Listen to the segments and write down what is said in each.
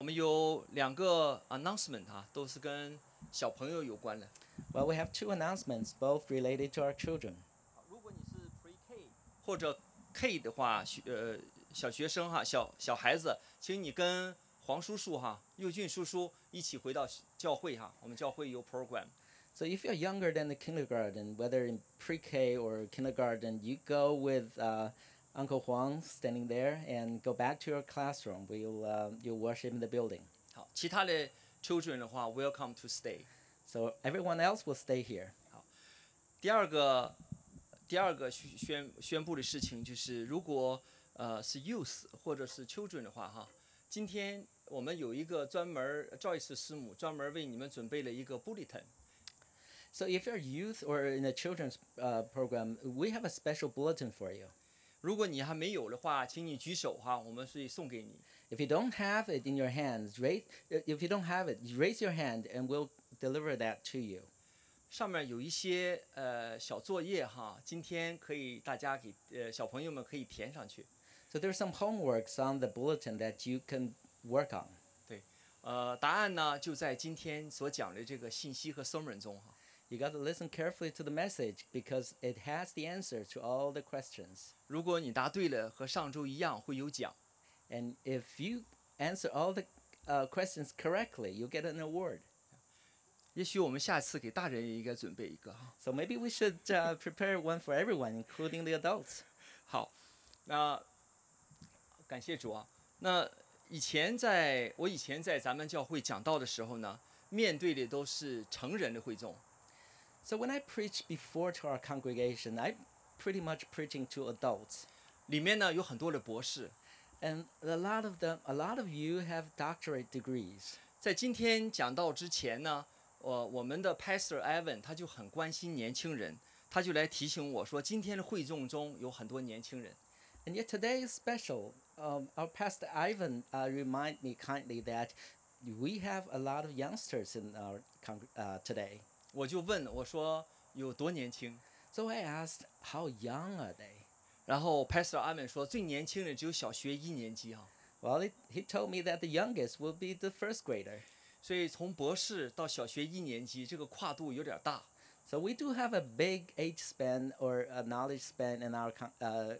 我们有两个 announcement 啊，都是跟小朋友有关的。 Well, we have two announcements, both related to our children. 如果你是 Pre K 或者 K 的话，学呃小学生哈，小小孩子，请你跟黄叔叔哈、佑俊叔叔一起回到教会哈。我们教会有 program， So if you're younger than the kindergarten, whether in pre-K or kindergarten, you go with uh, Uncle Huang standing there and go back to your classroom. We'll uh, you worship in the building. 好，其他的 children 的话，welcome to stay。 So everyone else will stay here. 第二个，第二个宣宣宣布的事情就是，如果呃是 youth 或者是 children 的话，哈，今天我们有一个专门儿 Joyce 师母专门为你们准备了一个 bulletin。 So if you're youth or in a children's uh, program, we have a special bulletin for you. 如果你还没有的话，请你举手哈，我们会送给你。 If you don't have it in your hands, raise. If you don't have it, raise your hand, and we'll deliver that to you. 上面有一些呃小作业哈，今天可以大家给呃小朋友们可以填上去。 So there's some homeworks on the bulletin that you can work on. 呃，答案呢就在今天所讲的这个信息和 summary 中哈。 You got to listen carefully to the message because it has the answer to all the questions. 如果你答对了，和上周一样会有奖。 And if you answer all the uh, questions correctly, you'll get an award. 也许我们下次给大人也应该准备一个哈。 So maybe we should uh, prepare one for everyone, including the adults. 好，那感谢主啊。那以前在我以前在咱们教会讲道的时候呢，面对的都是成人的会众。 So when I preach before to our congregation, I'm pretty much preaching to adults. 里面呢有很多的博士。 And a lot of them, a lot of you have doctorate degrees. 在今天讲到之前呢，呃，我们的 Pastor Evan 他就很关心年轻人，他就来提醒我说，今天的会众中有很多年轻人。 And yet today is special. Um, our pastor Ivan uh, remind me kindly that we have a lot of youngsters in our con- uh, today. 我就问我说有多年轻， So I asked, how young are they? 然后 Pastor Evan 说最年轻的只有小学一年级哈、 Well, it, he told me that the youngest will be the first grader. 所以从博士到小学一年级，这个跨度有点大。 So we do have a big age span or a knowledge span in our con- uh,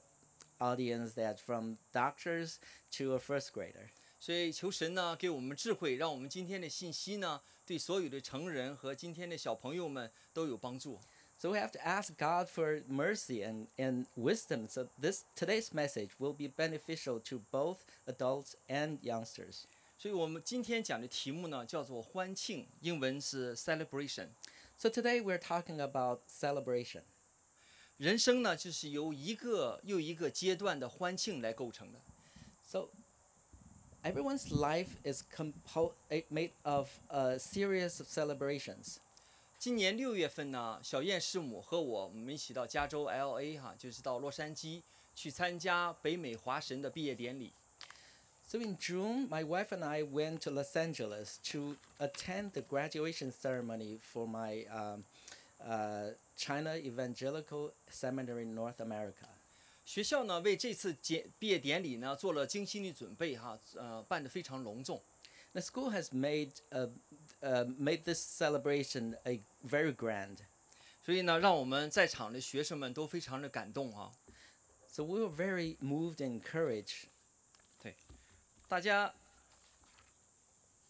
audience that from doctors to a first grader. 所以求神呢给我们智慧，让我们今天的信息呢对所有的成人和今天的小朋友们都有帮助。 So we have to ask God for mercy and, and wisdom. So this today's message will be beneficial to both adults and youngsters. 所以我们今天讲的题目呢叫做欢庆，英文是 celebration。 So today we're talking about celebration. 人生呢就是由一个又一个阶段的欢庆来构成的。 So everyone's life is compo- eh, made of a series of celebrations. 今年六月份呢，小燕师母和我我们一起到加州 L A 哈，就是到洛杉矶去参加北美华神的毕业典礼。 So in June, my wife and I went to Los Angeles to attend the graduation ceremony for my um, uh, China Evangelical Seminary in North America. 学校呢为这次结毕业典礼呢做了精心的准备哈，呃，办得非常隆重。 The school has made uh, uh, made this celebration a very grand. 所以呢，让我们在场的学生们都非常的感动啊！ So we were very moved and encouraged. 大家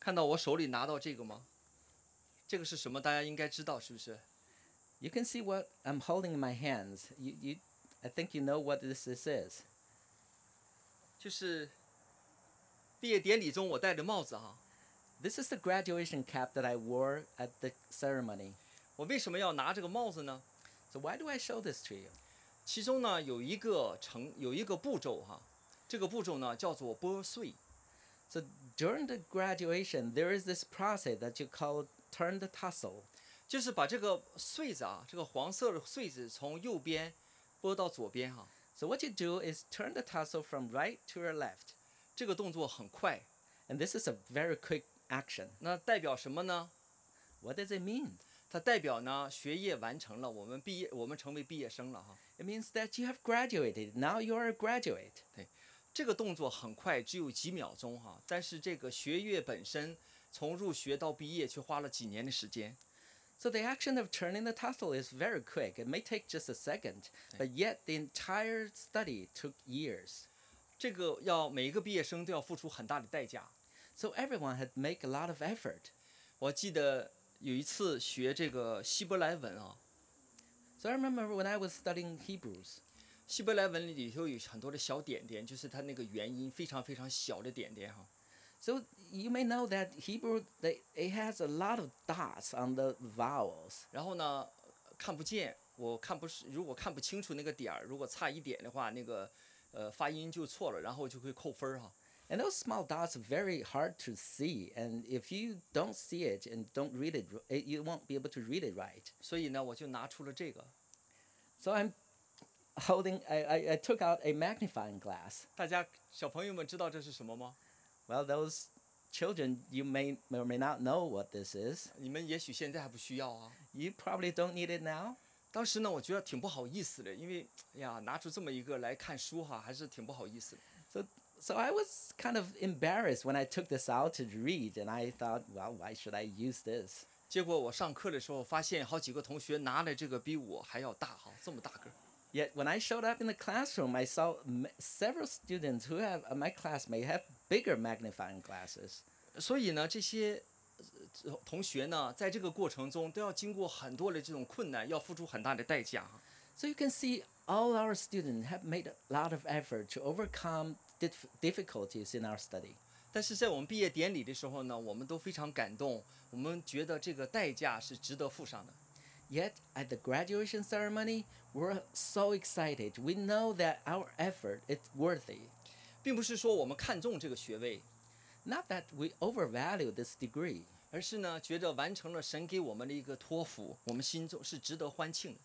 看到我手里拿到这个吗？这个是什么？大家应该知道是不是？ You can see what I'm holding in my hands. You, you, I think you know what this, this is. 就是毕业典礼中我戴的帽子啊哈、 This is the graduation cap that I wore at the ceremony. 我为什么要拿这个帽子呢？ So why do I show this to you? 其中呢有一个程有一个步骤哈、这个步骤呢叫做剥穗。 So during the graduation, there is this process that you call turn the tassel. 就是把这个穗子啊，这个黄色的穗子从右边拨到左边哈、 So what you do is turn the tassel from right to your left, 这个动作很快。 and this is a very quick action. 那代表什么呢？ What does it mean? 它代表呢学业完成了，我们毕业，我们成为毕业生了哈。 It means that you have graduated. Now you are a graduate. 这个动作很快，只有几秒钟哈、但是这个学业本身从入学到毕业却花了几年的时间。 So the action of turning the tassel is very quick. It may take just a second, but yet the entire study took years. 这个要每一个毕业生都要付出很大的代价。 So everyone had make a lot of effort. 我记得有一次学这个希伯来文啊， So I remember when I was studying Hebrews. 希伯来文里头有很多的小点点，就是它那个元音非常非常小的点点哈、 So you may know that Hebrew they, it has a lot of dots on the vowels. 然后呢，看不见，我看不是，如果看不清楚那个点儿，如果差一点的话，那个呃发音就错了，然后就会扣分儿哈、 And those small dots are very hard to see. And if you don't see it and don't read it, r- it you won't be able to read it right. 所以呢，我就拿出了这个。 So I'm holding, I, I, I took out a magnifying glass. 大家小朋友们知道这是什么吗？ Well, those children, you may or may not know what this is. 你们也许现在还不需要啊。 You probably don't need it now. 当时呢，我觉得挺不好意思的，因为哎呀，拿出这么一个来看书哈，还是挺不好意思的。 So, so I was kind of embarrassed when I took this out to read, and I thought, well, why should I use this? 结果我上课的时候发现，好几个同学拿的这个比我还要大哈，这么大个儿。 Yet when I showed up in the classroom, I saw m- several students who have uh, my classmate have bigger magnifying glasses. 所以呢，这些呃同学呢，在这个过程中都要经过很多的这种困难，要付出很大的代价哈。 So you can see all our students have made a lot of effort to overcome dif- difficulties in our study. 但是在我们毕业典礼的时候呢，我们都非常感动，我们觉得这个代价是值得付上的。 Yet at the graduation ceremony, we're so excited. We know that our effort is worthy. 并不是说我们看重这个学位， Not that we overvalue this degree, 而是呢，觉得完成了神给我们的一个托付，我们心中是值得欢庆的。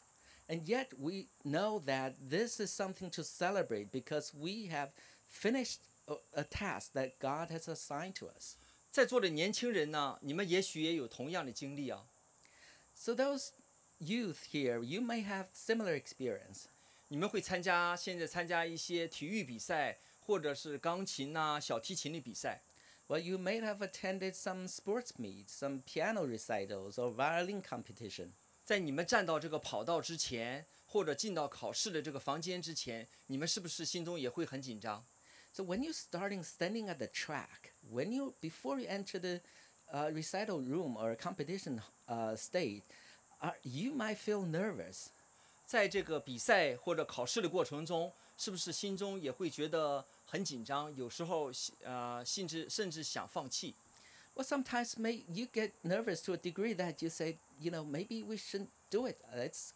and yet we know that this is something to celebrate because we have finished a, a task that God has assigned to us. 在座的年轻人呢，你们也许也有同样的经历啊。 So those youth here, you may have similar experience. 你们会参加现在参加一些体育比赛，或者是钢琴呐、小提琴的比赛。 Well, you may have attended some sports meets, some piano recitals, or violin competition. 在你们站到这个跑道之前，或者进到考试的这个房间之前，你们是不是心中也会很紧张？ So when you're starting standing at the track, when you before you enter the uh, recital room or competition uh, stage, uh, you might feel nervous. 在这个比赛或者考试的过程中，是不是心中也会觉得很紧张？有时候，呃，甚至甚至想放弃。 Well, sometimes may you get nervous to a degree that you say, you know, maybe we shouldn't do it. It's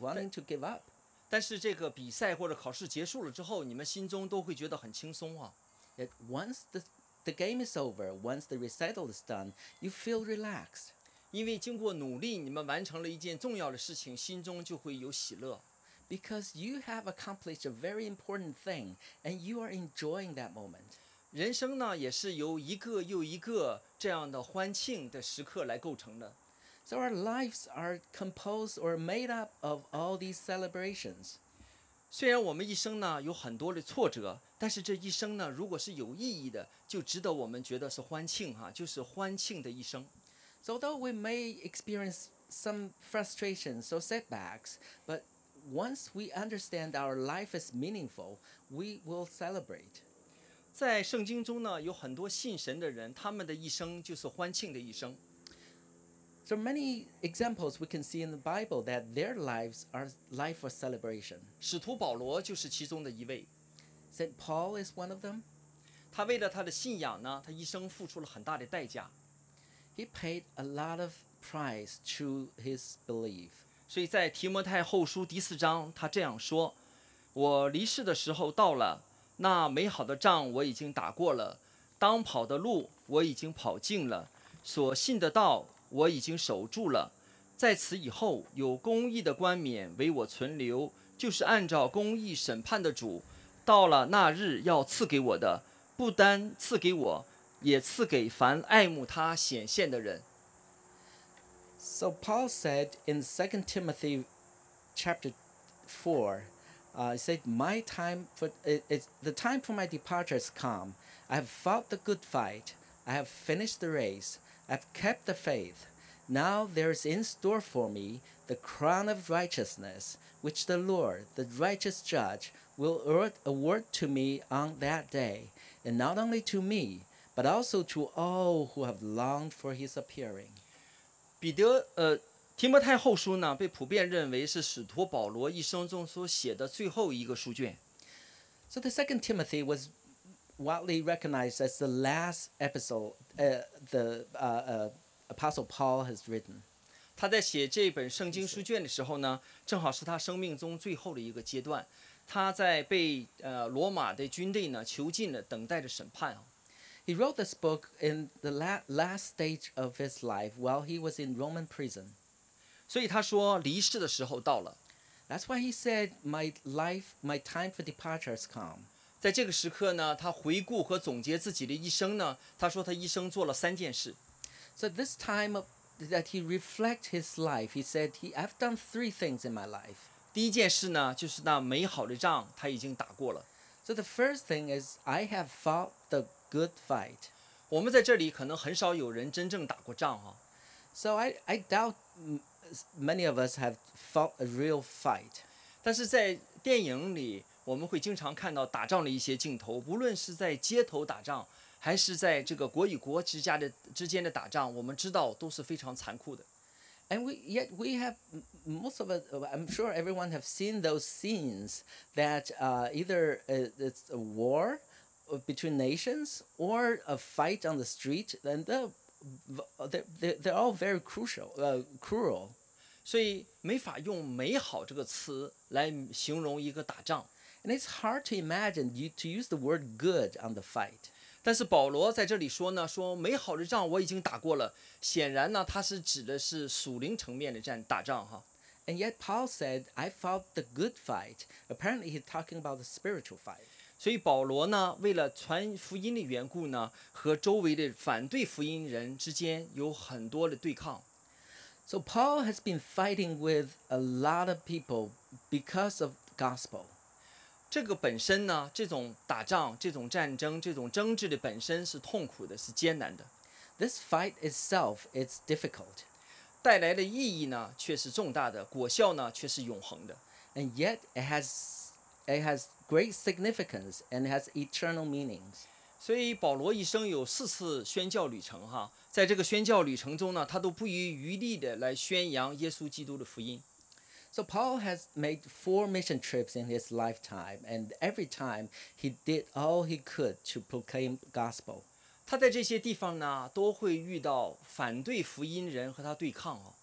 wanting to give up. 但是这个比赛或者考试结束了之后，你们心中都会觉得很轻松啊。 Yet once the the game is over, once the recital is done, you feel relaxed 因为经过努力，你们完成了一件重要的事情，心中就会有喜乐。 because you have accomplished a very important thing and you are enjoying that moment. 人生呢，也是由一个又一个这样的欢庆的时刻来构成的。 So our lives are composed or made up of all these celebrations. 虽然我们一生呢有很多的挫折，但是这一生呢，如果是有意义的，就值得我们觉得是欢庆哈、就是欢庆的一生。 So although we may experience some frustrations or setbacks, but once we understand our life is meaningful, we will celebrate. 在圣经中呢，有很多信神的人，他们的一生就是欢庆的一生。 So many examples we can see in the Bible that their lives are life for celebration. 使徒保罗就是其中的一位， St. Paul is one of them. 他为了他的信仰呢，他一生付出了很大的代价。 He paid a lot of price to his belief. 所以在提摩太后书第四章，他这样说：“我离世的时候到了，那美好的仗我已经打过了，当跑的路我已经跑尽了，所信的道我已经守住了。在此以后，有公义的冠冕为我存留，就是按照公义审判的主，到了那日要赐给我的，不单赐给我，也赐给凡爱慕他显现的人。” So Paul said in 2 Timothy chapter 4, Uh, it said, "My time for it, it's the time for my departure has come. I have fought the good fight. I have finished the race. I have kept the faith. Now there is in store for me the crown of righteousness, which the Lord, the righteous judge, will award- award to me on that day, and not only to me, but also to all who have longed for his appearing." 彼得呃，提摩太后书呢，被普遍认为是使徒保罗一生中所写的最后一个书卷。 So the second Timothy was widely recognized as the last epistle uh, the uh, uh, apostle Paul has written. 他在写这本圣经书卷的时候呢，正好是他生命中最后的一个阶段。他在被呃罗马的军队呢囚禁了，等待着审判啊。 He wrote this book in the la- last stage of his life while he was in Roman prison. 所以他说离世的时候到了， That's why he said, "My life, my time for departure has come." 在这个时刻呢，他回顾和总结自己的一生呢，他说他一生做了三件事。 So this time of, that he reflect his life, he said, "He I've done three things in my life." 第一件事呢，就是那美好的仗他已经打过了。 So the first thing is, I have fought the good fight. 我们在这里可能很少有人真正打过仗啊， So I, I doubt m- s- many of us have fought a real fight. 但是在电影里，我们会经常看到打仗的一些镜头，无论是在街头打仗，还是在这个国与国之间的之间的打仗，我们知道都是非常残酷的。 And we, yet we have, m- most of us, uh, I'm sure everyone have seen those scenes that uh, either uh, it's a war uh, between nations or a fight on the street, and they're, v- uh, they're- they're, they're all very crucial, uh, cruel. 所以没法用“美好”这个词来形容一个打仗。 And it's hard to imagine you to use the word good on the fight. 但是保罗在这里说呢，说美好的仗我已经打过了。显然呢，他是指的是属灵层面的战打仗哈。 And yet Paul said, I fought the good fight. Apparently he's talking about the spiritual fight. 所以保罗呢，为了传福音的缘故呢，和周围的反对福音人之间有很多的对抗。 So Paul has been fighting with a lot of people because of gospel. 这个本身呢，这种打仗、这种战争、这种争执的本身是痛苦的，是艰难的， This fight itself is difficult, 带来的意义呢却是重大的，果效呢却是永恒的。 and yet it has it has great significance and has eternal meanings. 所以保罗一生有四次宣教旅程哈，在这个宣教旅程中呢，他都不遗余力的来宣扬耶稣基督的福音。 So Paul has made four mission trips in his lifetime, and every time he did all he could to proclaim gospel. 他在这些地方呢，都会遇到反对福音人和他对抗啊，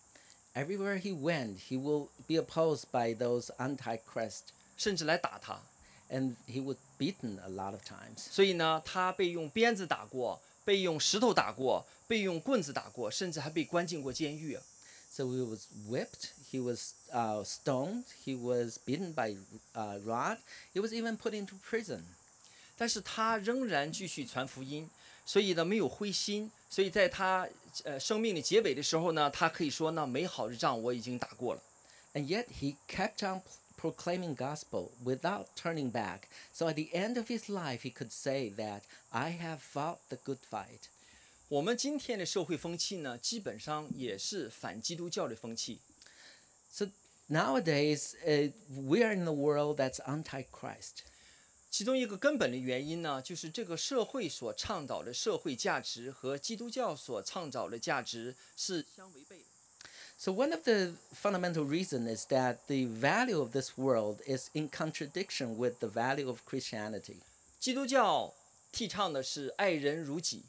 Everywhere he went, he will be opposed by those antichrist, 甚至来打他。 and he was beaten a lot of times. 所以呢，他被用鞭子打过，被用石头打过，被用棍子打过，甚至还被关进过监狱啊。 So he was whipped, he was uh, stoned, he was beaten by uh, rod, he was even put into prison. 但是他仍然继续传福音，所以呢没有灰心。所以在他呃生命的结尾的时候呢，他可以说呢，美好的仗我已经打过了。 And yet he kept on p- proclaiming gospel without turning back. So at the end of his life, he could say that I have fought the good fight. 我们今天的社会风气呢，基本上也是反基督教的风气。 So nowadays, uh, we are in a world that's antichrist. 其中一个根本的原因呢，就是这个社会所倡导的社会价值和基督教所倡导的价值是相违背的。 So one of the fundamental reason is that the value of this world is in contradiction with the value of Christianity. 基督教提倡的是爱人如己，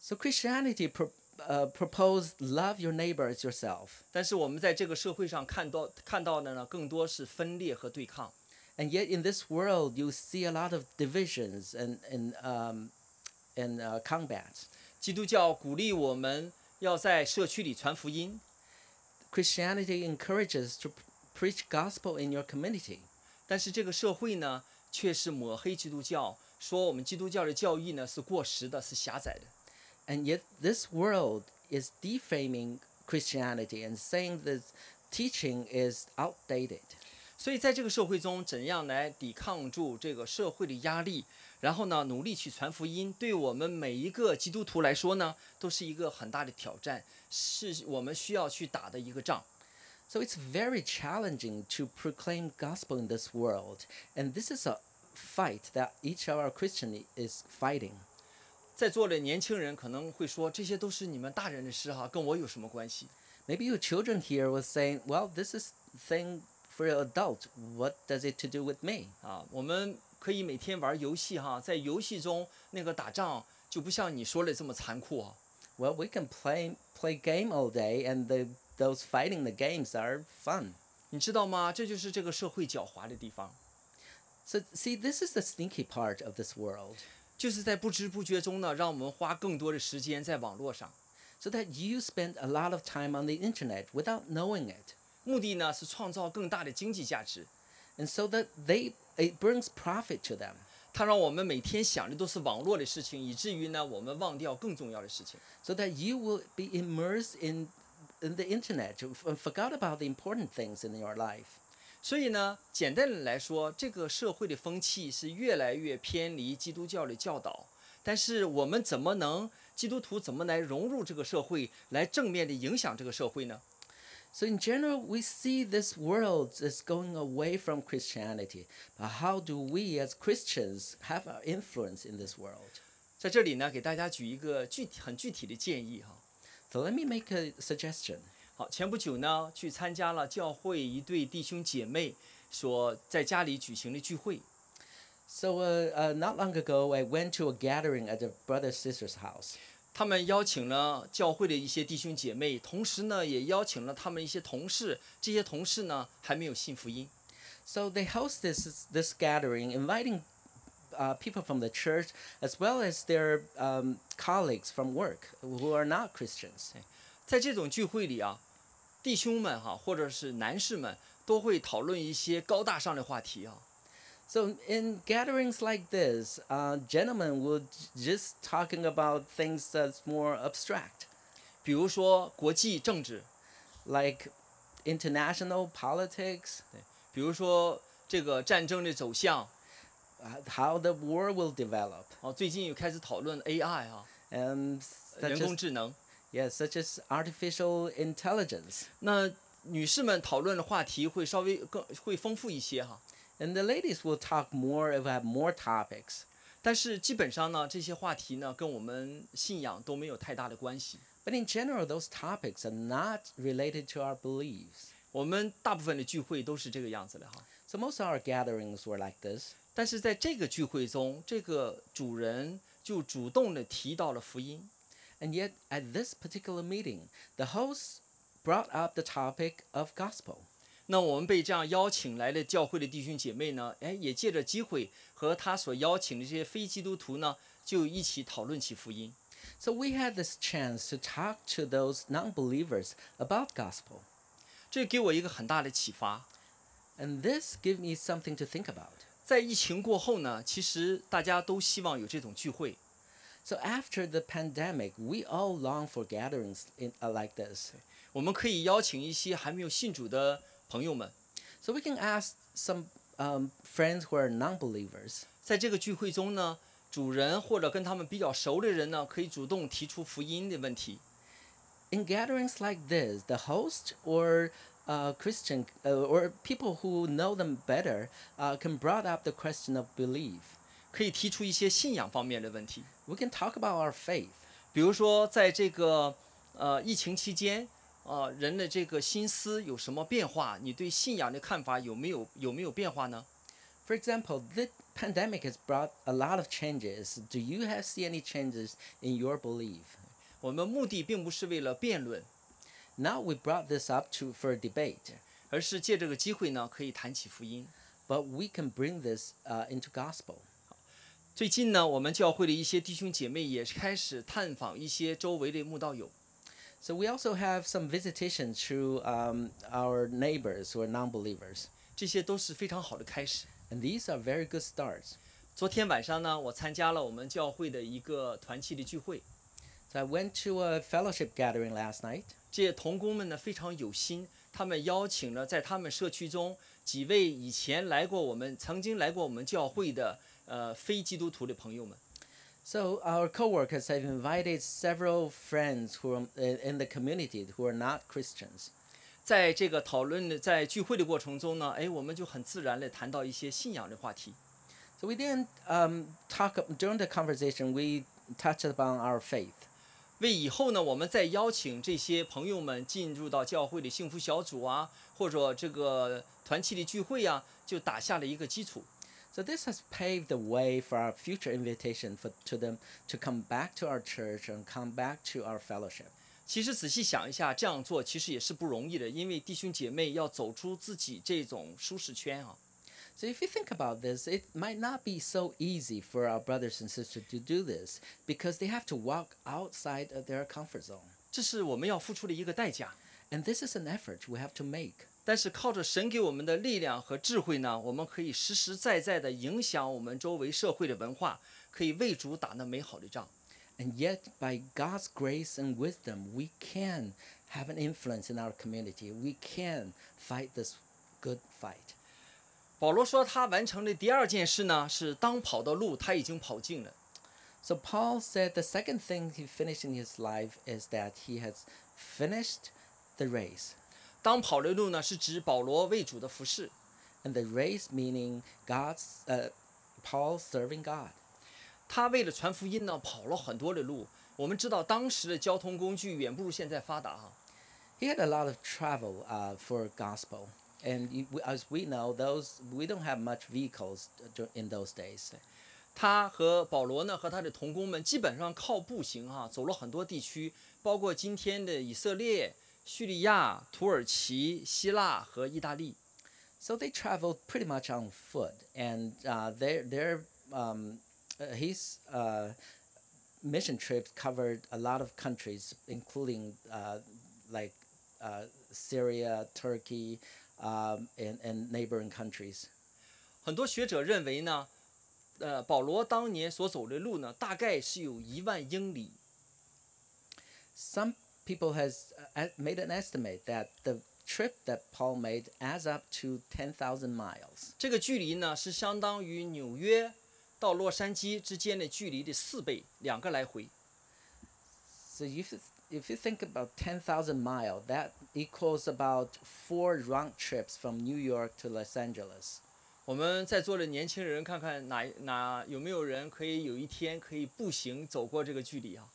So Christianity pro- uh, proposed love your neighbor as yourself, 但是我们在这个社会上看到看到的呢，更多是分裂和对抗。 and yet in this world you see a lot of divisions and and um, and uh, combat. 基督教鼓励我们要在社区里传福音， Christianity encourages to p- preach gospel in your community, 但是这个社会呢，却是抹黑基督教，说我们基督教的教义呢是过时的，是狭窄的。 and yet this world is defaming Christianity and saying this teaching is outdated. 所以在这个社会中，怎样来抵抗住这个社会的压力，然后呢，努力去传福音，对我们每一个基督徒来说呢，都是一个很大的挑战，是我们需要去打的一个仗。 So it's very challenging to proclaim gospel in this world, and this is a fight that each of our Christian is fighting. 在座的年轻人可能会说，这些都是你们大人的事哈，跟我有什么关系？ Maybe your children here was saying, "Well, this is thing for an adult. What does it to do with me?" 啊，我们可以每天玩游戏哈，在游戏中那个打仗就不像你说的这么残酷啊。 Well, we can play play game all day, and the those fighting the games are fun. 你知道吗？这就是这个社会狡猾的地方， So see, this is the sneaky part of this world. 就是在不知不觉中呢，让我们花更多的时间在网络上， So that you spend a lot of time on the internet without knowing it, 目的呢是创造更大的经济价值。 and so that they it brings profit to them. 它让我们每天想的都是网络的事情，以至于呢，我们忘掉更重要的事情。 so that you will be immersed in in the internet you f- forgot about the important things in your life 所以呢，简单的来说，这个社会的风气是越来越偏离基督教的教导。但是我们怎么能基督徒怎么来融入这个社会，来正面的影响这个社会呢？ so in general we see this world is going away from christianity but how do we as christians have our influence in this world 在这里呢，给大家举一个具体很具体的建议哈。 so let me make a suggestion 好，前不久呢，去参加了教会一对弟兄姐妹所在家里举行的聚会。 so uh, uh, not long ago i went to a gathering at a brother sister's house 他们邀请了教会的一些弟兄姐妹，同时呢，也邀请了他们一些同事。这些同事呢，还没有信福音。 So they host this this gathering, inviting uh, people from the church as well as their um, colleagues from work who are not Christians. 在这种聚会里啊，弟兄们哈、或者是男士们，都会讨论一些高大上的话题啊。 So in gatherings like this, uh, gentlemen will j- just talking about things that's more abstract, 比如说国际政治， like international politics, 比如说这个战争的走向 uh, how the war will develop, 啊，最近又开始讨论 AI 啊， and 人 such 工 as, 智能。 yeah, such as artificial intelligence. 那女士们讨论的话题会稍微更会丰富一些哈、 And the ladies will talk more about more topics. 但是基本上呢，这些话题呢跟我们信仰都没有太大的关系。 But in general, those topics are not related to our beliefs. 我们大部分的聚会都是这个样子的哈。 So most of our gatherings were like this. 但是在这个聚会中，这个主人就主动的提到了福音。 And yet, at this particular meeting, the host brought up the topic of gospel. 那我们被这样邀请来的教会的弟兄姐妹呢，哎，也借着机会和他所邀请的这些非基督徒呢，就一起讨论起福音。 So we had this chance to talk to those non-believers about gospel. 这给我一个很大的启发。 And this gave me something to think about. 在疫情过后呢，其实大家都希望有这种聚会， So after the pandemic, we all long for gatherings in, uh, like this. 我们可以邀请一些还没有信主的朋友们， So we can ask some um, friends who are non-believers. 在这个聚会中呢，主人或者跟他们比较熟的人呢，可以主动提出福音的问题。 in gatherings like this, the host or uh, Christian uh, or people who know them better uh, can brought up the question of belief. 可以提出一些信仰方面的问题， We can talk about our faith. 比如说在这个呃疫情期间，呃人的这个心思有什么变化？你对信仰的看法有没有有没有变化呢？ For example, the pandemic has brought a lot of changes. Do you have see any changes in your belief? 我们目的并不是为了辩论， Now we brought this up to for a debate, 而是借这个机会呢，可以谈起福音。 but we can bring this uh, into gospel. 最近呢，我们教会的一些弟兄姐妹也开始探访一些周围的慕道友。 So we also have some visitation to um, our neighbors who are non-believers, 这些都是非常好的开始。 and these are very good starts. 昨天晚上呢，我参加了我们教会的一个团契的聚会， So I went to a fellowship gathering last night. 这些童工们呢非常有心，他们邀请了在他们社区中几位以前来过我们、曾经来过我们教会的呃非基督徒的朋友们。 So our coworkers have invited several friends who are in in the community who are not Christians. 在这个讨论的在聚会的过程中呢，哎，我们就很自然的谈到一些信仰的话题。 So we didn't um, talk during the conversation. We touched upon our faith. 为以后呢，我们再邀请这些朋友们进入到教会的幸福小组啊，或者这个团契的聚会啊，就打下了一个基础。 So this has paved the way for our future invitation for to them to come back to our church and come back to our fellowship. 其实仔细想一下，这样做其实也是不容易的，因为弟兄姐妹要走出自己这种舒适圈啊。 So if you think about this, it might not be so easy for our brothers and sisters to do this because they have to walk outside of their comfort zone. 这是我们要付出的一个代价。 And this is an effort we have to make. 但是靠着神给我们的力量和智慧呢，我们可以实实在在地影响我们周围社会的文化，可以为主打那美好的仗。 And yet, by God's grace and wisdom, we can have an influence in our community. We can fight this good fight. 保罗说，他完成的第二件事呢，是当跑的路他已经跑尽了。 So, Paul said the second thing he finished in his life is that he has finished the race. 当跑的路呢，是指保罗为主的服饰。 And the race meaning God's, uh, Paul serving God. 他为了传福音呢，跑了很多的路。我们知道当时的交通工具远不如现在发达啊哈、 He had a lot of travel uh, for gospel. And you- we- as we know, those we don't have much vehicles dur- in those days. 他和保罗呢和他的同工们基本上靠步行哈、走了很多地区，包括今天的以色列、叙利亚、土耳其、希腊和意大利。 So they traveled pretty much on foot, and uh, their their um, uh, his uh, mission trips covered a lot of countries, including uh, like uh, Syria, Turkey, um, and and neighboring countries. 很多学者认为呢，呃，保罗当年所走的路呢，大概是有一万英里。 Some people has uh, uh, made an estimate that the trip that Paul made adds up to ten thousand miles. 这个距离呢，是相当于纽约到洛杉矶之间的距离的四倍，两个来回。 So if you- if you think about ten thousand mile, that equals about four round trips from New York to Los Angeles. 我们在座的年轻人，看看哪哪有没有人可以有一天可以步行走过这个距离啊？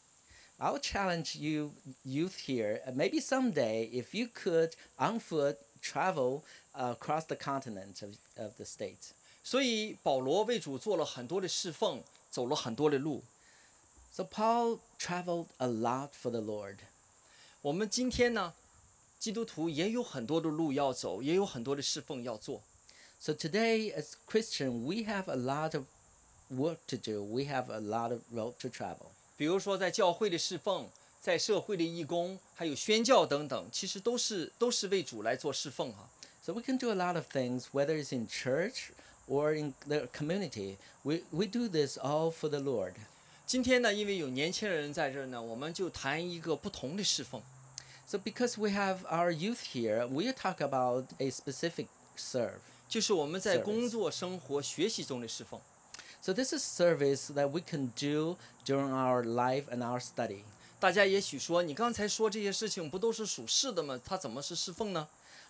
I'll challenge you, youth here. uh, Maybe someday, if you could on foot travel uh, across the continent of, of the states. 所以保罗为主做了很多的侍奉，走了很多的路。 So Paul traveled a lot for the Lord. 我们今天呢，基督徒也有很多的路要走，也有很多的侍奉要做。 So today, as Christian, we have a lot of work to do. We have a lot of road to travel. 比如说在教会的侍奉，在社会的义工，还有宣教等等，其实都是都是为主来做侍奉哈、 So we can do a lot of things, whether it's in church or in the community. We, we do this all for the Lord. 今天呢，因为有年轻人在这儿呢，我们就谈一个不同的侍奉。 So because we have our youth here, we talk about a specific serve. 就是我们在 Service 工作、生活、学习中的侍奉。 So this is service that we can do during our life and our study. 大家也许说，你刚才说这些事情不都是属事的吗？它怎么是侍奉呢？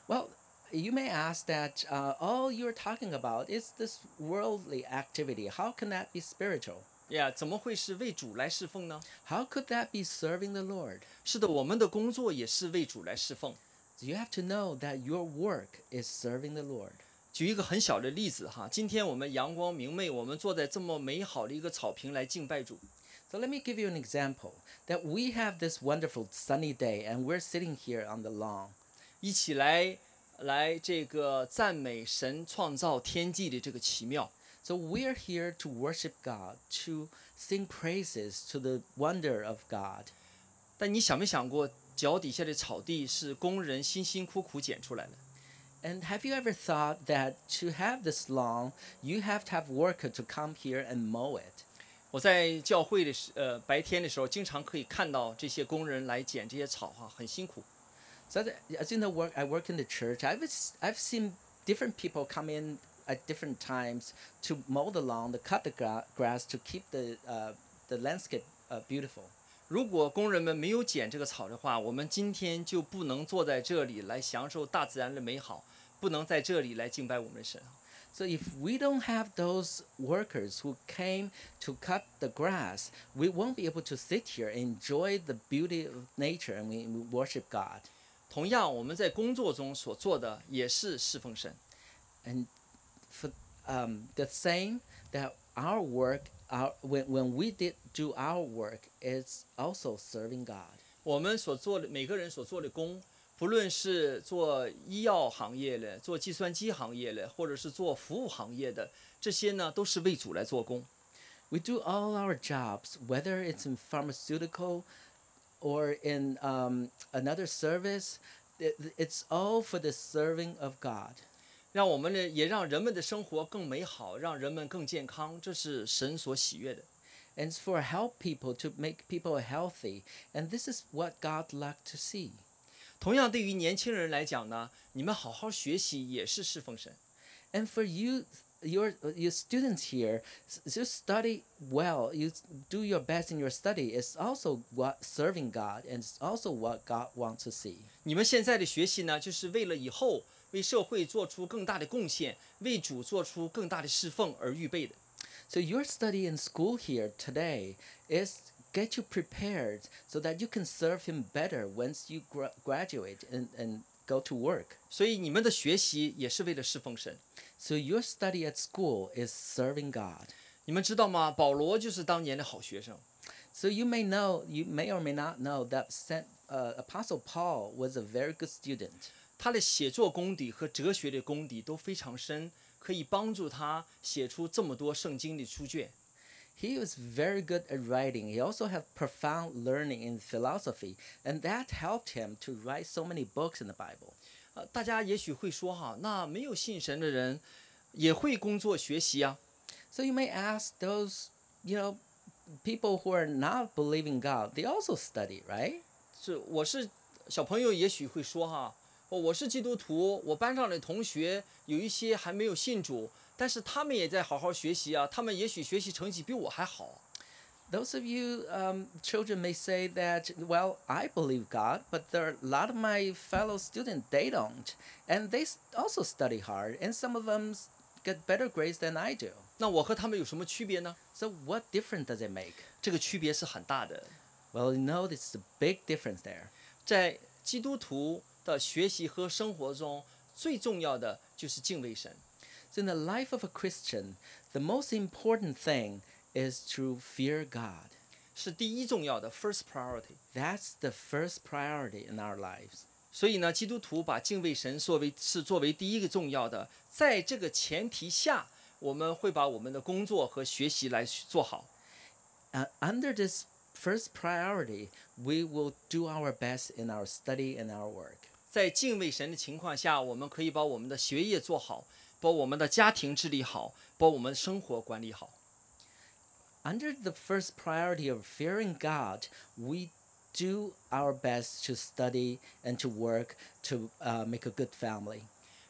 Well, you may ask that uh, all you're talking about is this worldly activity. How can that be spiritual? 呀、怎么会是为主来侍奉呢？ How could that be serving the Lord? 是的，我们的工作也是为主来侍奉。 So you have to know that your work is serving the Lord. 举一个很小的例子哈，今天我们阳光明媚，我们坐在这么美好的一个草坪来敬拜主。 So let me give you an example that we have this wonderful sunny day and we're sitting here on the lawn. 一起来来这个赞美神创造天地的这个奇妙。 So we're here to worship God, to sing praises to the wonder of God. 但你想没想过，脚底下的草地是工人辛辛苦苦捡出来的？ And have you ever thought that to have this lawn, you have to have worker to come here and mow it? 我在教会的时呃白天的时候，经常可以看到这些工人来捡这些草哈、很辛苦。 So that, as in the work, I work in the church. I've s- I've seen different people come in at different times to mow the lawn, to cut the gra- grass, to keep the uh, the landscape uh, beautiful. 如果工人们没有剪这个草的话，我们今天就不能坐在这里来享受大自然的美好，不能在这里来敬拜我们的神。 So if we don't have those workers who came to cut the grass, we won't be able to sit here and enjoy the beauty of nature and we worship God. 同样，我们在工作中所做的也是侍奉神。 And for um, the same that our work, our when, when we did do our work, it's also serving God. 我们所做的每个人所做的工，不论是做医药行业的、做计算机行业的，或者是做服务行业的，这些呢都是为主来做工。 We do all our jobs, whether it's in pharmaceutical or in um, another service, it, it's all for the serving of God. 让我们的也让人们的生活更美好，让人们更健康，这是神所喜悦的。 And it's for help people to make people healthy. And this is what God liked to see. 同样，对于年轻人来讲呢，你们好好学习也是侍奉神。 And for you, your your students here, s- just study well. You s- do your best in your study. It's also what serving God, and it's also what God wants to see. 你们现在的学习呢，就是为了以后为社会做出更大的贡献，为主做出更大的侍奉而预备的。 So your study in school here today is get you prepared so that you can serve Him better once you gra- graduate and, and go to work. 所以你们的学习也是为了侍奉神。 So your study at school is serving God. 你们知道吗？保罗就是当年的好学生。 So you may know, you may or may not know that Saint, uh, Apostle Paul was a very good student. 他的写作功底和哲学的功底都非常深，可以帮助他写出这么多圣经的书卷。 He was very good at writing. He also had profound learning in philosophy, and that helped him to write so many books in the Bible. 呃，大家也许会说哈，那没有信神的人也会工作学习啊。 So you may ask those, you know, people who are not believing God, they also study, right? 是，我是小朋友，也许会说哈，哦我是基督徒，我班上的同学有一些还没有信主，但是他们也在好好学习啊，他们也许学习成绩比我还好。 Those of you um, children may say that, well, I believe God, but there are a lot of my fellow students, they don't. And they s- also study hard, and some of them s- get better grades than I do. 那我和他们有什么区别呢？ So what difference does it make? 这个区别是很大的。 Well, you know, there's a big difference there. 在基督徒的学习和生活中，最重要的就是敬畏神。 So in the life of a Christian, the most important thing is to fear God. 是第一重要的 first priority。 That's the first priority in our lives. 所以呢，基督徒把敬畏神作为是作为第一个重要的，在这个前提下，我们会把我们的工作和学习来去做好。 Uh, under this first priority, we will do our best in our study and our work. 在敬畏神的情况下，我们可以把我们的学业做好，把我们的家庭治理好，把我们生活管理好。 Under the first priority of fearing God, we do our best to study and to work to uh, make a good family.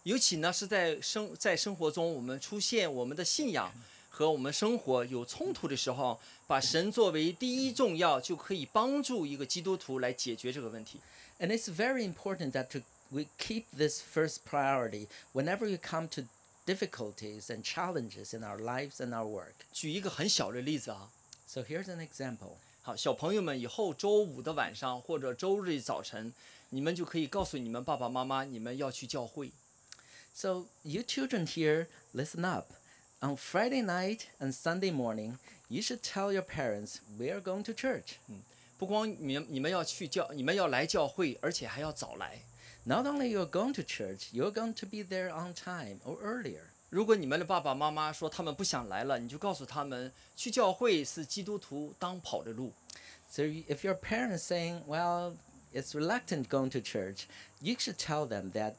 尤其呢是在生在生活中，我们出现我们的信仰和我们生活有冲突的时候，把神作为第一重要，就可以帮助一个基督徒来解决这个问题。 And it's very important that to, we keep this first priority whenever you come to difficulties and challenges in our lives and our work. 举一个很小的例子啊， So here's an example. 好，小朋友们，以后周五的晚上或者周日早晨，你们就可以告诉你们爸爸妈妈，你们要去教会。 So, you children here, listen up. On Friday night and Sunday morning, you should tell your parents we are going to church. 不光你们你们要去教，你们要来教会，而且还要早来。 Not only you're going to church, you're going to be there on time or earlier. 如果你们的爸爸妈妈说他们不想来了，你就告诉他们，去教会是基督徒当跑的路。 So, you- if your parent is saying, well, it's reluctant going to church, you should tell them that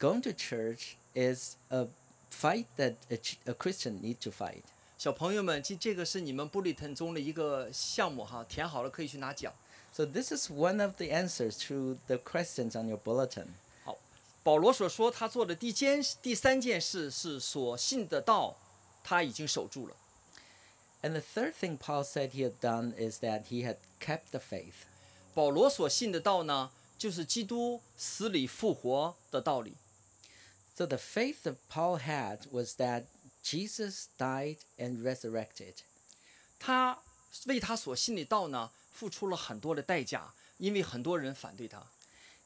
going to church is a fight that a, ch- a Christian need to fight. 小朋友们，这这个是你们 bulletin 中的一个项目哈，填好了可以去拿奖。 So, this is one of the answers to the questions on your bulletin. 保罗所说他做的第间第三件事是所信的道，他已经守住了。 And the third thing Paul said he had done is that he had kept the faith. 保罗所信的道呢，就是基督死里复活的道理。 So the faith that Paul had was that Jesus died and resurrected. 他为他所信的道呢，付出了很多的代价，因为很多人反对他。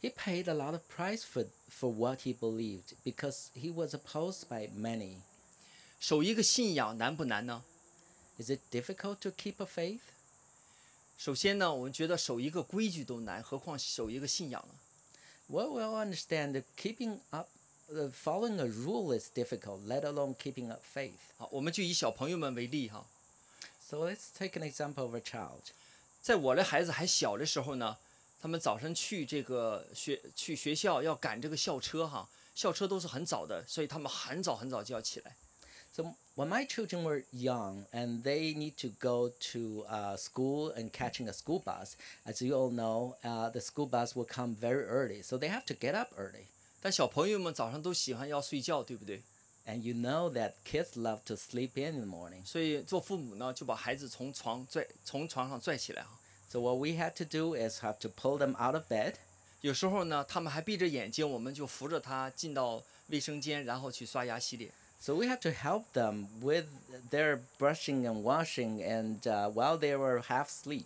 He paid a lot of price for, for what he believed because he was opposed by many. 守一个信仰难不难呢？ Is it difficult to keep a faith? 首先呢，我们觉得守一个规矩都难，何况守一个信仰呢？ Well, we all understand that keeping up, uh, following a rule is difficult, let alone keeping up faith. 啊，我们就以小朋友们为例哈， So let's take an example of a child. 在我的孩子还小的时候呢，他们早晨去这个学去学校要赶这个校车哈，校车都是很早的，所以他们很早很早就要起来。 So when my children were young and they need to go to uh, school and catching a school bus, as you all know, uh, the school bus will come very early, so they have to get up early. 但小朋友们早上都喜欢要睡觉，对不对？ And you know that kids love to sleep in in the morning. 所以做父母呢，就把孩子从床拽从床上拽起来啊。 So what we had to do is have to pull them out of bed. 有时候呢，他们还闭着眼睛，我们就扶着他进到卫生间，然后去刷牙洗脸。 So we had to help them with their brushing and washing, and uh, while they were half asleep.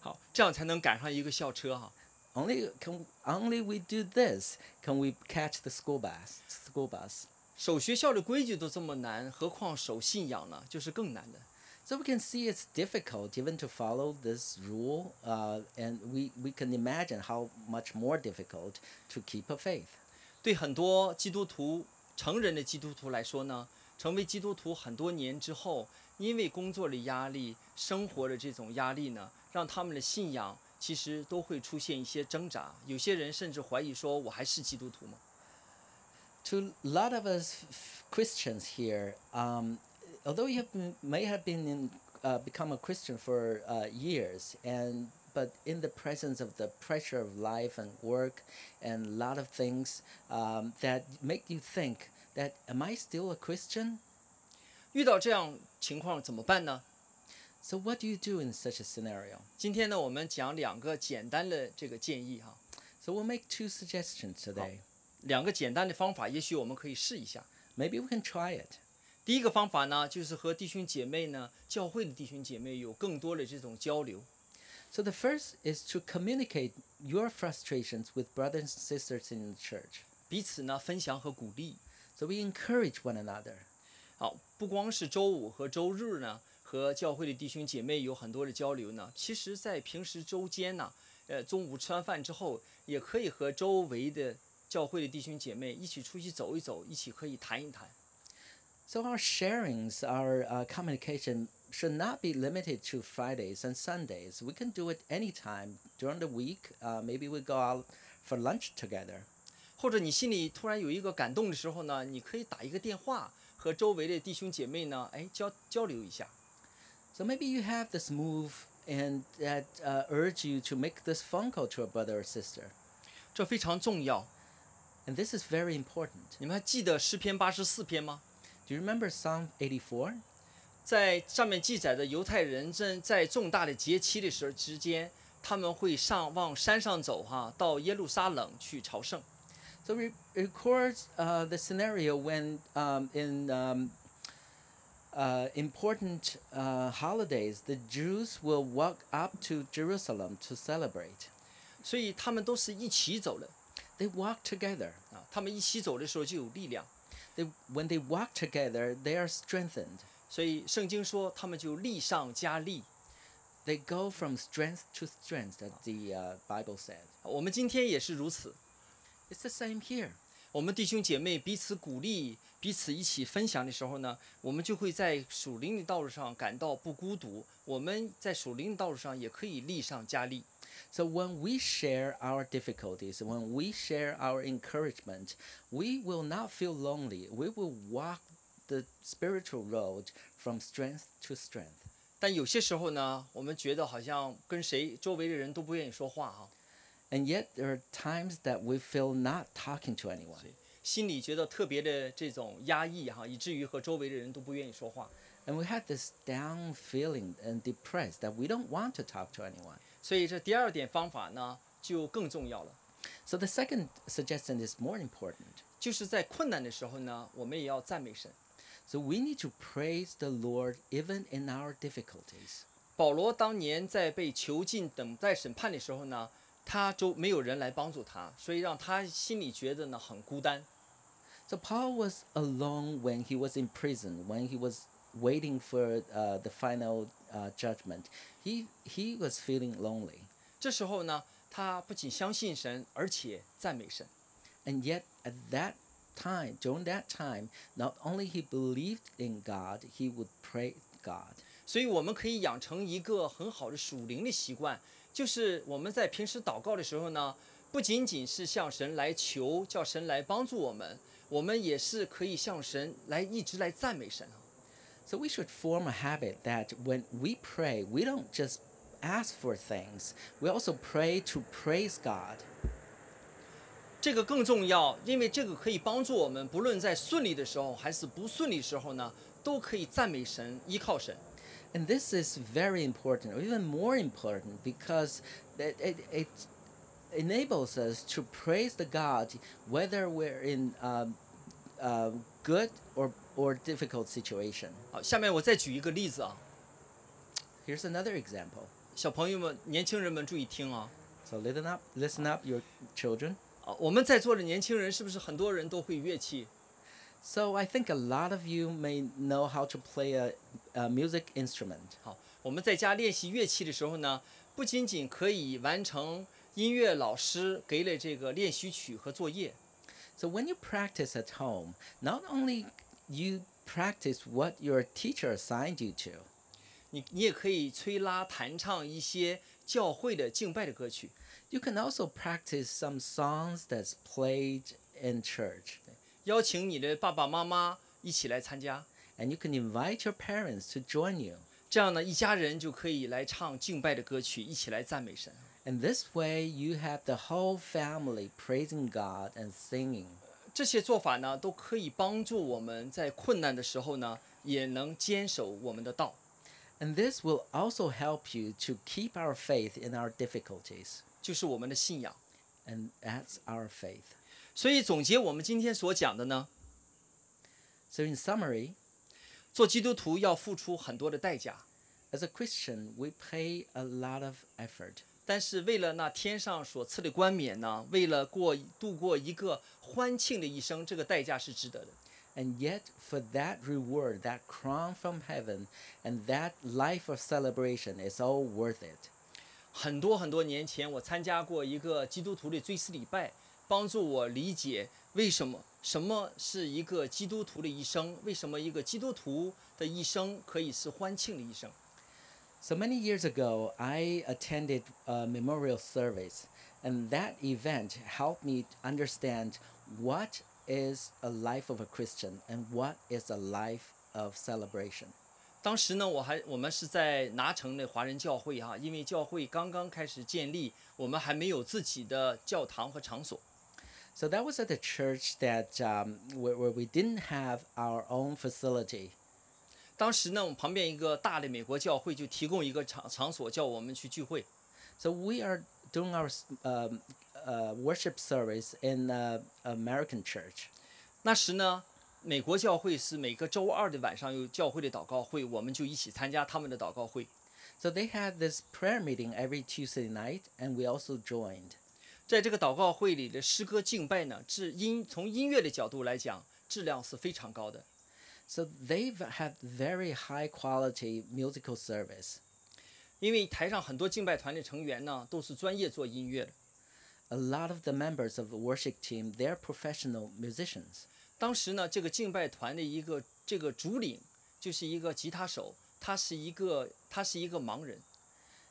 好，这样才能赶上一个校车哈。 Only can only we do this can we catch the school bus. School bus. 守学校的规矩都这么难，何况守信仰呢？就是更难的。 So we can see it's difficult even to follow this rule, uh, and we, we can imagine how much more difficult to keep a faith. 对很多基督徒、成人的基督徒来说呢，成为基督徒很多年之后，因为工作的压力、生活的这种压力呢，让他们的信仰其实都会出现一些挣扎。有些人甚至怀疑说：“我还是基督徒吗 To a lot of us f- Christians here, um, although you have been, may have been in, uh, become a Christian for uh, years, and but in the presence of the pressure of life and work and a lot of things um, that make you think that am I still a Christian?？” 遇到这样情况怎么办呢？ So what do you do in such a scenario? 今天呢，我们讲两个简单的这个建议哈， So we'll make two suggestions today. 两个简单的方法，也许我们可以试一下。 Maybe we can try it. 第一个方法呢，就是和弟兄姐妹呢，教会的弟兄姐妹有更多的这种交流。 So the first is to communicate your frustrations with brothers and sisters in the church. 彼此呢分享和鼓励。 So we encourage one another. 好，不光是周五和周日呢，和教会的弟兄姐妹有很多的交流呢。其实，在平时周间呢，呃，中午吃完饭之后，也可以和周围的教会的弟兄姐妹一起出去走一走，一起可以谈一谈。 So our sharings, our uh, communication should not be limited to Fridays and Sundays. We can do it anytime during the week. Uh, maybe we go out for lunch together. 或者你心里突然有一个感动的时候呢，你可以打一个电话和周围的弟兄姐妹呢，哎，交交流一下。 So maybe you have this move and that uh, urge you to make this phone call to a brother or sister. 这非常重要。 And this is very important. 你们还记得诗篇八十四篇吗？ Do you remember Psalm 84? 在上面记载的犹太人正在重大的节期的时候之间，他们会上往山上走哈、到耶路撒冷去朝圣。 So re- it records uh, the scenario when um, in um, uh, important uh, holidays, the Jews will walk up to Jerusalem to celebrate. 所以他们都是一起走的 They walk together. 啊，他们一起走的时候就有力量。 They, when they walk together, they are strengthened. 所以圣经说他们就力上加力。 They go from strength to strength, as the uh, Bible said. 我们今天也是如此， It's the same here. 我们弟兄姐妹彼此鼓励，彼此一起分享的时候呢，我们就会在属灵的道路上感到不孤独。我们在属灵的道路上也可以力上加力。 So when we share our difficulties, when we share our encouragement, we will not feel lonely. We will walk the spiritual road from strength to strength. 但有些时候呢，我们觉得好像跟谁周围的人都不愿意说话哈、啊 And yet there are times that we feel not talking to anyone. 心里觉得特别的这种压抑啊哈，以至于和周围的人都不愿意说话。 And we have this down feeling and depressed that we don't want to talk to anyone. 所以这第二点方法呢，就更重要了， So the second suggestion is more important. 就是在困难的时候呢，我们也要赞美神。 So we need to praise the Lord even in our difficulties. 保罗当年在被囚禁、等待审判的时候呢，他周没有人来帮助他，所以让他心里觉得呢很孤单。 So Paul was alone when he was in prison, when he was waiting for uh, the final uh, judgment. He he was feeling lonely, 这时候呢，他不仅相信神，而且赞美神。 and yet at that time, during that time, not only he believed in God, he would pray God. 所以我们可以养成一个很好的属灵的习惯，就是我们在平时祷告的时候呢，不仅仅是向神来求，叫神来帮助我们，我们也是可以向神来一直来赞美神啊。 So we should form a habit that when we pray, we don't just ask for things. We also pray to praise God. 这个更重要，因为这个可以帮助我们，不论在顺利的时候还是不顺利的时候呢，都可以赞美神，依靠神。 And this is very important, or even more important, because it, it, it enables us to praise the God whether we're in um, uh, good or, or difficult situation. 好，下面我再举一个例子啊， Here's another example. 小朋友们、年轻人们注意听啊。 So listen up, listen up, your children. 啊，我们在座的年轻人是不是很多人都会乐器？ So I think a lot of you may know how to play a, a music instrument. 好，我们在家练习乐器的时候呢，不仅仅可以完成音乐老师给了这个练习曲和作业， So when you practice at home, not only you practice what your teacher assigned you to, 你你也可以吹拉弹唱一些教会的敬拜的歌曲。 You can also practice some songs that's played in church, 邀请你的爸爸妈妈一起来参加， and you can invite your parents to join you. 这样呢，一家人就可以来唱敬拜的歌曲，一起来赞美神。 And this way, you have the whole family praising God and singing. 这些做法呢，都可以帮助我们在困难的时候呢，也能坚守我们的道。 And this will also help you to keep our faith in our difficulties. 就是我们的信仰。 And that's our faith. 所以总结我们今天所讲的呢， So, in summary, 做基督徒要付出很多的代价， as a Christian, we pay a lot of effort. 但是为了那天上所赐的冠冕呢，为了过度过一个欢庆的一生，这个代价是值得的。 And yet, for that reward, that crown from heaven, and that life of celebration is all worth it. 很多很多年前，我参加过一个基督徒的追思礼拜，帮助我理解为什么什么是一个基督徒的一生，为什么一个基督徒的一生可以是欢庆的一生。 So many years ago, I attended a memorial service, and that event helped me understand what is a life of a Christian and what is a life of celebration. 当时呢，我还我们是在拿城的华人教会哈、因为教会刚刚开始建立，我们还没有自己的教堂和场所。 So that was at the church that um, where, where we didn't have our own facility. 当时呢，我们旁边一个大的美国教会就提供一个场场所，叫我们去聚会。 So we are doing our s- um, uh, worship service in uh, American church. 那时呢，美国教会是每个周二的晚上有教会的祷告会，我们就一起参加他们的祷告会。 So they had this prayer meeting every Tuesday night, and we also joined. 在这个祷告会里的诗歌敬拜呢，质音从音乐的角度来讲，质量是非常高的。 So they've had very high quality musical service. 因为台上很多敬拜团的成员呢，都是专业做音乐的。 A lot of the members of the worship team, they're professional musicians. 当时呢，这个敬拜团的一个这个主领就是一个吉他手，他是一个他是一个盲人，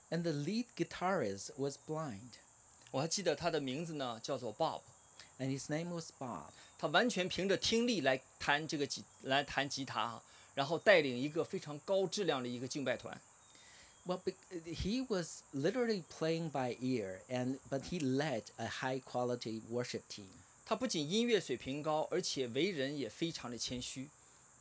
And the lead guitarist was blind, 我还记得他的名字呢叫做 Bob， and his name was Bob. 他完全凭着听力来弹这个吉来弹吉他啊，然后带领一个非常高质量的一个敬拜团。 Well, bec- he was literally playing by ear, and but he led a high quality worship team. 他不仅音乐水平高，而且为人也非常的谦虚。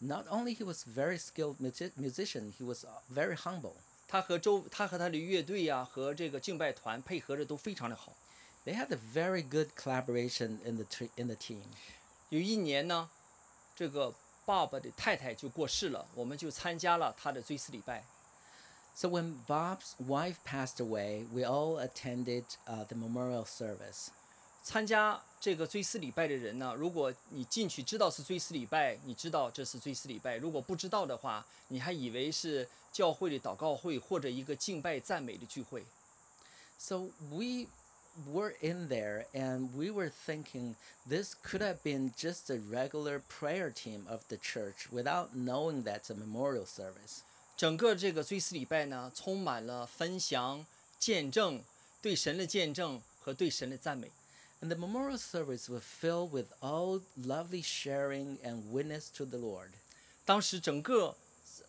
Not only he was very skilled music- musician, he was uh, very humble. 他和周，他和他的乐队呀、和这个敬拜团配合的都非常的好。 They had a very good collaboration in the tre- in the team. 有一年呢，这个爸爸的太太就过世了，我们就参加了他的追思礼拜。 So when Bob's wife passed away, we all attended uh, the memorial service. 参加这个追思礼拜的人呢，如果你进去知道是追思礼拜，你知道这是追思礼拜；如果不知道的话，你还以为是教会的祷告会或者一个敬拜赞美的聚会。 So we were in there and we were thinking this could have been just a regular prayer team of the church without knowing that's a memorial service. 整个这个追思礼拜呢，充满了分享、见证、对神的见证和对神的赞美。 And the memorial service was filled with all lovely sharing and witness to the Lord. 当时整个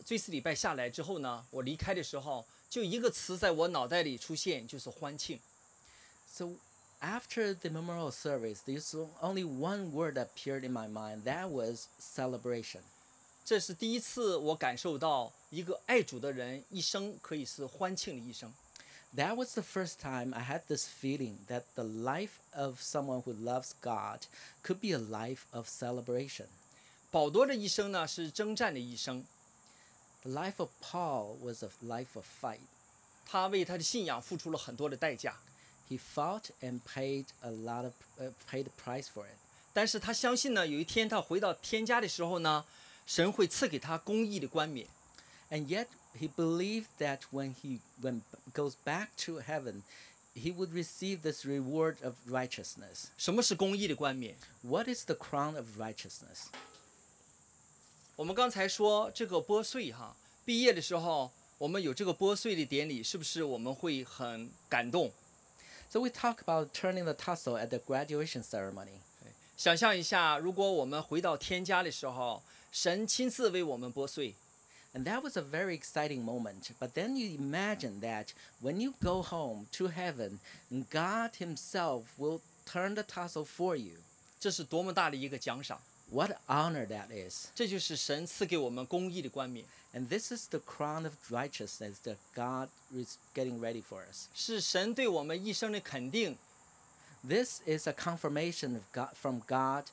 追思礼拜下来之后呢，我离开的时候，就一个词在我脑袋里出现，就是欢庆。 So after the memorial service, there's o- only one word appeared in my mind. That was celebration. 这是第一次我感受到一个爱主的人一生可以是欢庆的一生。 That was the first time I had this feeling that the life of someone who loves God could be a life of celebration. 保罗的一生呢是征战的一生， The life of Paul was a life of fight. 他为他的信仰付出了很多的代价， He fought and paid a lot of uh, paid the price for it. 但是他相信呢，有一天他回到天家的时候呢，神会赐给他公义的冠冕。 And yet he believed that when he when goes back to heaven, he would receive this reward of righteousness. 什么是公义的冠冕？ What is the crown of righteousness? 我们刚才说这个拨穗哈，毕业的时候我们有这个拨穗的典礼，是不是我们会很感动？ So we talk about turning the tassel at the graduation ceremony. 想象一下，如果我们回到天家的时候，神亲自为我们拨穗， And that was a very exciting moment. But then you imagine that when you go home to heaven, God Himself will turn the tassel for you. 这是多么大的一个奖赏！ What honor that is. 这就是神赐给我们公义的冠冕， And this is the crown of righteousness that God is getting ready for us. 是神对我们一生的肯定。 This is a confirmation of God, from God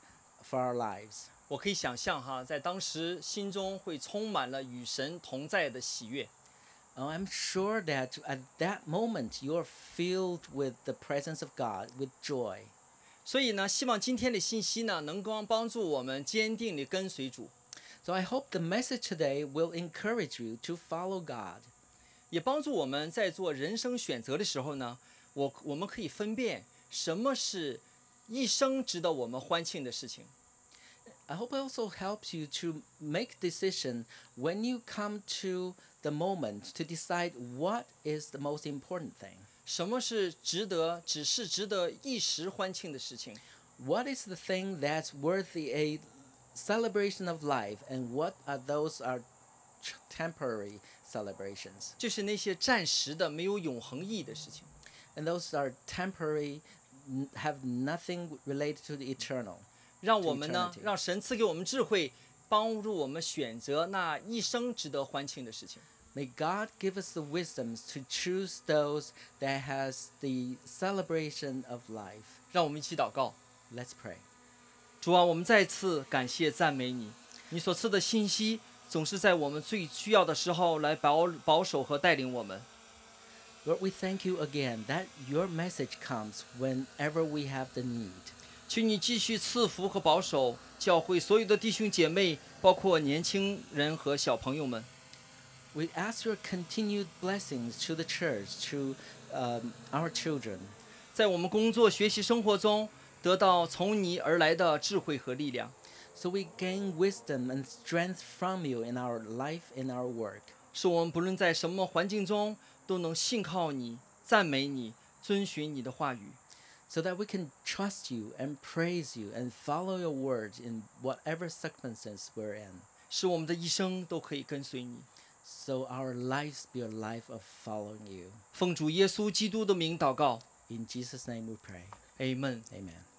for our lives. 我可以想象哈，在当时心中会充满了与神同在的喜悦。 Oh, I'm sure that at that moment you're filled with the presence of God, with joy. 所以呢，希望今天的信息呢，能够帮助我们坚定地跟随主， So I hope the message today will encourage you to follow God. 也帮助我们在做人生选择的时候呢，我我们可以分辨什么是一生值得我们欢庆的事情。 I hope it also helps you to make decision when you come to the moment to decide what is the most important thing. 什么是值得，只是值得一时欢庆的事情？ What is the thing that's worthy a celebration of life and what are those are ch- temporary celebrations? 就是那些暂时的、没有永恒意义的事情。 And those are temporary n- have nothing related to the eternal. 让我们呢 eternity.，让神赐给我们智慧，帮助我们选择那一生值得欢庆的事情。 May God give us the wisdoms to choose those that has the celebration of life. 让我们一起祷告， Let's pray. 主啊，我们再次感谢赞美你，你所赐的信息总是在我们最需要的时候来保保守和带领我们。 Lord, we thank you again that your message comes whenever we have the need. 请你继续赐福和保守教会所有的弟兄姐妹，包括年轻人和小朋友们。 We ask your continued blessings to the church, to um, our children, 在我们工作、学习、生活中，得到从你而来的智慧和力量， so we gain wisdom and strength from you in our life, in our work. 使我们不论在什么环境中，都能信靠你、赞美你、遵循你的话语。 so that we can trust you and praise you and follow your words in whatever circumstance we're in, 使我们的一生都可以跟随你。 So our lives be a life of following you. 奉主耶稣基督的名祷告 In Jesus' name we pray. ，Amen。 Amen.